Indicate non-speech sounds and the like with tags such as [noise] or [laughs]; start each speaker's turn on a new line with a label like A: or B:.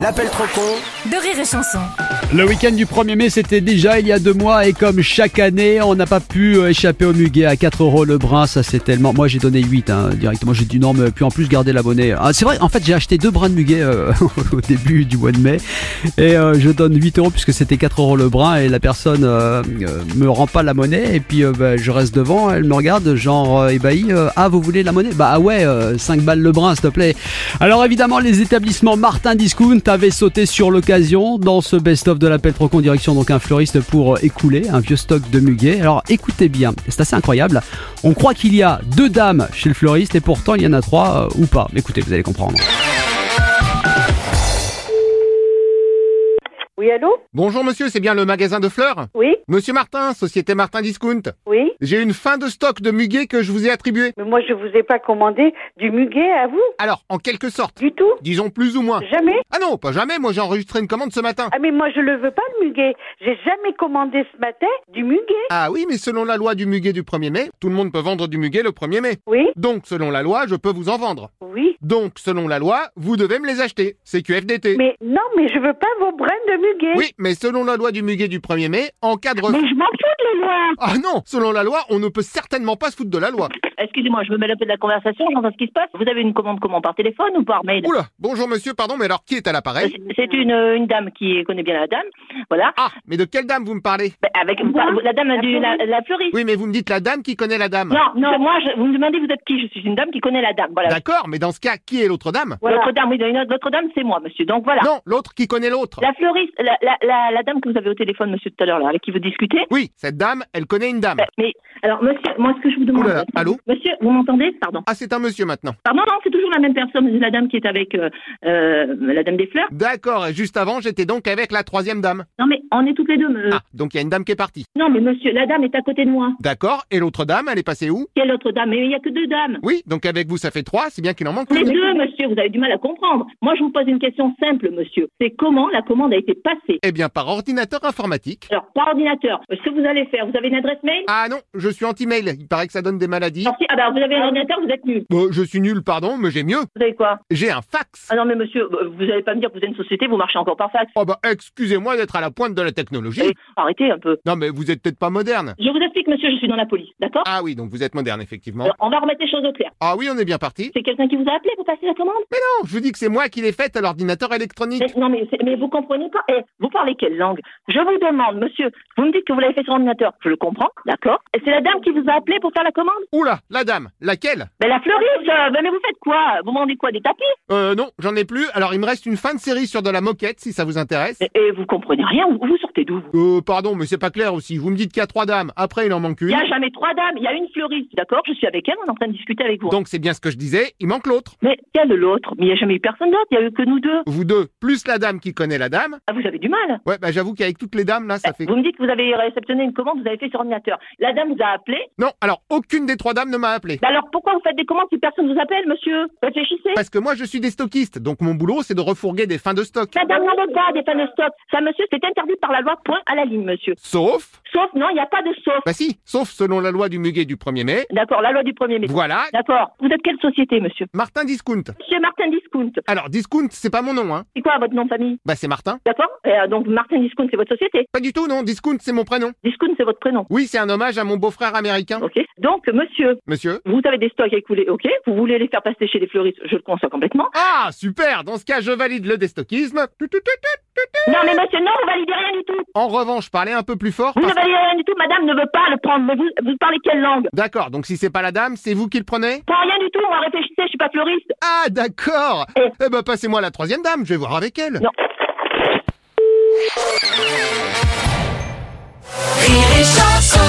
A: L'appel trop con
B: de rire et chanson.
C: Le week-end du 1er mai, c'était déjà il y a deux mois et comme chaque année, on n'a pas pu euh, échapper au muguet à 4 euros le brin. Ça, c'est tellement. Moi, j'ai donné 8 hein, directement. J'ai dit non, mais puis en plus, garder l'abonné. Ah, c'est vrai, en fait, j'ai acheté deux brins de muguet euh, [laughs] au début du mois de mai et euh, je donne 8 euros puisque c'était 4 euros le brin et la personne euh, euh, me rend pas la monnaie et puis euh, bah, je reste devant. Elle me regarde, genre euh, ébahi. euh, ah, vous voulez la monnaie Bah ah ouais, 5 balles le brin, s'il te plaît. Alors évidemment, les établissements Martin Discount avaient sauté sur l'occasion dans ce best-of de l'appel Procon direction donc un fleuriste pour euh, écouler un vieux stock de muguet. Alors écoutez bien, c'est assez incroyable. On croit qu'il y a deux dames chez le fleuriste et pourtant il y en a trois euh, ou pas. Écoutez, vous allez comprendre.
D: Oui, allô
E: Bonjour monsieur, c'est bien le magasin de fleurs
D: Oui,
E: Monsieur Martin, société Martin Discount.
D: oui.
E: J'ai une fin de stock de muguet que je vous ai attribué.
D: Mais moi, je vous ai pas commandé du muguet à vous,
E: Alors, en quelque sorte,
D: du tout.
E: disons plus ou moins.
D: Jamais.
E: Ah non, pas jamais, moi j'ai enregistré une commande ce matin.
D: Ah, mais moi, je le veux pas, le muguet. J'ai jamais commandé ce matin du muguet.
E: Ah oui, mais selon la loi du muguet du 1er mai, tout le monde peut vendre du muguet le 1er mai.
D: Oui,
E: Donc, selon la loi, je peux vous en vendre.
D: oui.
E: Donc, selon la loi, vous devez me les acheter. C'est QFDT.
D: Mais non, mais je veux pas vos brins de muguet.
E: Oui, mais selon la loi du muguet du 1er mai, en cas de... ref-
D: Mais je m'en fous de la loi.
E: Ah non, selon la loi, on ne peut certainement pas se foutre de la loi.
F: Excusez-moi, je me mêle un peu de la conversation, j'entends ce qui se passe. Vous avez une commande comment Par téléphone ou par mail
E: Oula, bonjour monsieur, pardon, mais alors qui est à l'appareil
F: C'est c'est une, euh, une dame qui connaît bien la dame, voilà.
E: Ah, mais de quelle dame vous me parlez
F: Ben, Avec
D: Moi
F: bah, la dame
D: La
F: du la, la fleuriste.
E: Oui, mais vous me dites la dame qui connaît la dame.
F: Non, non, moi, je, vous me demandez vous êtes qui Je suis une dame qui connaît la dame, voilà.
E: D'accord, mais dans ce cas, qui est l'autre dame
D: Voilà.
F: L'autre dame, oui, une autre- l'autre dame, c'est moi, monsieur. Donc voilà.
E: Non, l'autre qui connaît l'autre.
F: La fleuriste, la, la, la, la dame que vous avez au téléphone, monsieur, tout à l'heure, là, avec qui vous discutez.
E: Oui, cette dame, elle connaît une dame.
F: Ben, Mais alors, monsieur, moi, ce que je vous demande.
E: Ouh là là, allô
F: monsieur, vous m'entendez Pardon.
E: Ah, c'est un monsieur maintenant.
F: Pardon, non, c'est toujours la même personne, c'est la dame qui est avec euh, euh, la dame des fleurs.
E: Mm. D'accord, et juste avant, j'étais donc avec la troisième dame.
F: Non, mais on est toutes les deux. euh, me-
E: Ah, donc il y a une dame qui est partie.
F: Non, mais monsieur, la dame est à côté de moi.
E: D'accord, et l'autre dame, elle est passée où
F: Quelle autre dame Mais il n'y a que deux dames.
E: Oui, donc avec vous, ça fait trois, c'est bien qu'il en manque
F: Les
E: une.
F: deux, monsieur, vous avez du mal à comprendre. Moi, je vous pose une question simple, monsieur. C'est comment la commande a été passée
E: Eh bien, par ordinateur informatique.
F: Alors, par ordinateur, euh, ce que vous allez faire, vous avez une adresse mail
E: Ah non, je suis anti-mail, il paraît que ça donne des maladies.
F: Alors, si- ah, bah, vous avez un ordinateur, vous êtes nul.
E: Bon, je suis nul, pardon, mais j'ai mieux.
F: Vous avez quoi
E: J'ai un fax.
F: Ah non, mais monsieur, euh, vous n'allez pas me dire que vous êtes une société, vous marchez encore par fax.
E: Oh bah, excusez-moi d'être à la pointe de la technologie.
F: Eh, Arrêtez un peu.
E: Non, mais vous êtes peut-être pas moderne.
F: Je vous explique, monsieur, je suis dans la police, d'accord
E: Ah oui, donc vous êtes moderne, effectivement.
F: Alors, On va remettre les choses au clair.
E: Ah oui, on est bien parti.
F: C'est quelqu'un qui vous a appelé pour passer la commande
E: Non, je vous dis que c'est moi qui l'ai faite à l'ordinateur électronique.
F: Mais- Non, mais, c'est- mais vous comprenez pas. Eh, vous parlez quelle langue Je vous demande, monsieur, vous me dites que vous l'avez fait sur ordinateur. Je le comprends, d'accord Et c'est la dame qui vous a appelé pour faire la commande
E: Oula, la dame, laquelle
F: Mais la fleuriste, euh, ben, mais vous faites quoi Vous vendez quoi Des tapis
E: Euh non, j'en ai plus. Alors il me reste une fin de série sur de la moquette si ça vous intéresse.
F: et, et vous comprenez rien Vous, vous sortez d'où vous
E: Euh pardon, mais c'est pas clair aussi. Vous me dites qu'il y a trois dames. Après il en manque
F: Il n'y
E: une.
F: a jamais trois dames, il y a une fleuriste, d'accord Je suis avec elle, on est en train de discuter avec vous.
E: Donc c'est bien ce que je disais, il manque l'autre.
F: Mais quelle l'autre Mais il n'y a jamais eu personne d'autre, il n'y a eu que nous deux.
E: Vous deux, plus la dame qui connaît la dame.
F: Ah, vous avez du mal
E: Ouais, bah j'avoue qu'avec toutes les dames là, ça fait...
F: Vous me dites que vous avez réceptionné une commande, vous avez fait sur ordinateur. La dame vous a appelé.
E: Non, alors aucune des trois dames ne m'a appelé.
F: Ben Alors pourquoi vous faites des commandes si personne ne vous appelle, monsieur Réfléchissez.
E: Parce que moi je suis des stockistes, donc mon boulot c'est de refourguer des fins de stock.
F: Madame, on n'a pas des fins de stock. Ça, monsieur, c'est interdit par la loi, point à la ligne, monsieur.
E: Sauf...
F: Sauf, non, il n'y a pas de sauf.
E: Bah si, sauf selon la loi du muguet du 1er mai.
F: D'accord, la loi du 1er mai.
E: Voilà,
F: D'accord. Vous êtes quelle société, monsieur
E: Martin Discount.
F: Monsieur Martin Discount.
E: Alors Discount, c'est pas mon nom, hein.
F: C'est quoi votre nom de famille
E: Bah c'est Martin.
F: D'accord Euh, Donc, Martin Discount, c'est votre société.
E: Pas du tout, non. Discount, c'est mon prénom.
F: Discount, c'est votre prénom.
E: Oui, c'est un hommage à mon beau-frère américain.
F: OK Donc, monsieur,
E: Monsieur
F: vous avez des stocks à écouler, OK Vous voulez les faire passer chez les fleuristes, je le conçois complètement.
E: Ah, super Dans ce cas, je valide le déstockisme. Tout, tout, tout.
F: Non, mais monsieur, non, vous validez rien du tout.
E: En revanche, parlez un peu plus fort.
F: Vous ne [laughs]
E: parce-
F: validez rien du tout. Madame ne veut pas le prendre. Mais vous, vous parlez quelle langue
E: D'accord, donc si c'est pas la dame, c'est vous qui le prenez
F: Pour rien du tout, moi, réfléchissez, je suis pas fleuriste.
E: Ah, d'accord
F: Eh.
E: Eh ben, passez-moi la troisième dame, je vais voir avec elle.
F: Non.
B: Rire et chanson.